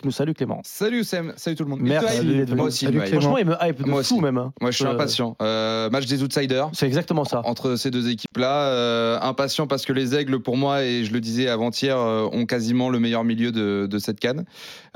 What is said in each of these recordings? avec nous. Salut Clémence. Salut Sam, salut tout le monde. Et Merci toi, d'être Hype venu. Moi aussi, Salut ouais. Franchement, il me hype de Moi fou aussi. même. hein. Moi, je suis Euh, impatient. Euh, match des outsiders. C'est exactement ça. Entre ces deux équipes-là, Euh, impatient parce que les Aigles, pour moi, et je le disais avant-hier, euh, ont quasiment le meilleur milieu de, de cette canne,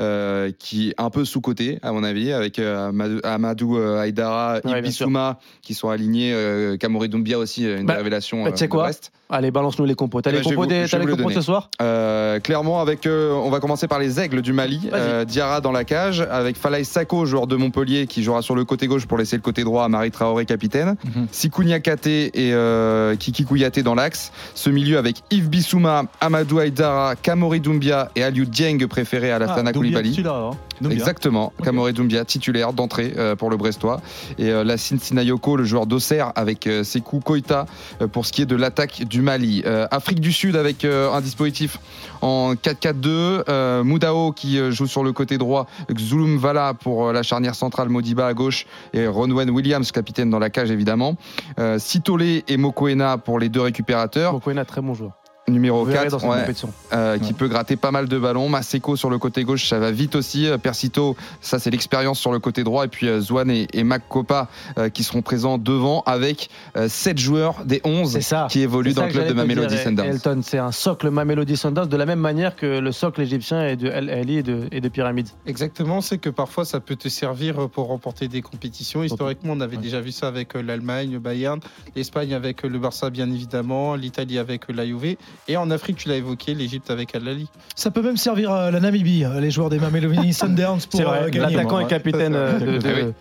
euh, qui est un peu sous-coté, à mon avis, avec euh, Amadou, Amadou, euh, Haïdara, Ouais, bien Ibissouma, qui sont alignés, euh, Kamori Doumbia aussi, une Bah, révélation bah, euh, tu sais de quoi Brest. Allez, balance-nous les compos. T'as Eh les ben, je vais compos, vous- des- je vais t'as les vous le compos ce donner. soir Euh, clairement, avec, euh, on va commencer par les aigles du Mali. Vas-y. Euh, Diarra dans la cage, avec Falaï Sako, joueur de Montpellier, qui jouera sur le côté gauche pour laisser le côté droit à Marie Traoré, capitaine. Mhm. Sikounia Katé et euh, Kiki Kouyaté dans l'axe. Ce milieu avec Yves Bissouma, Amadou Aïdara, Kamori Doumbia et Aliou Dieng, préféré Ah, à la Sana Koulibaly. hein Exactement, Ok. Kamore Doumbia, titulaire d'entrée euh, pour le Brestois. Et euh, la Sinayoko, le joueur d'Auxerre, avec euh, Sekou Koita euh, pour ce qui est de l'attaque du Mali. Euh, Afrique du Sud avec euh, un dispositif en 4-4-2. euh, Moudao qui euh, joue sur le côté droit. Xulum Vala pour euh, la charnière centrale. Modiba à gauche. Et Ronwen Williams, capitaine dans la cage évidemment. Euh, Sitole et Mokoena pour les deux récupérateurs. Mokoena, très bon joueur. Numéro Vous verrez 4. dans cette compétition. Euh, qui peut gratter pas mal de ballons. Maseko sur le côté gauche, ça va vite aussi. Euh, Persito, ça c'est l'expérience sur le côté droit. Et puis euh, Zouane et, et Mac Coppa euh, qui seront présents devant avec 7 joueurs des 11 C'est ça. qui évoluent C'est ça dans que le club de j'allais te Mamelody dire, Sundowns. Elton, c'est un socle Mamelody Sundowns de la même manière que le socle égyptien est de El Ali et de, et de Pyramids. Exactement, c'est que parfois ça peut te servir euh, pour remporter des compétitions. Historiquement, on avait Ouais. déjà vu ça avec euh, l'Allemagne, le Bayern, l'Espagne avec euh, le Barça bien évidemment, l'Italie avec euh, la Juve et en Afrique, tu l'as évoqué, l'Égypte avec Al Ahly. Ça peut même servir à la Namibie, euh, les joueurs des Mamelodi Sundowns pour C'est vrai, euh, gagner. l'attaquant et capitaine euh, de, de- Ah oui.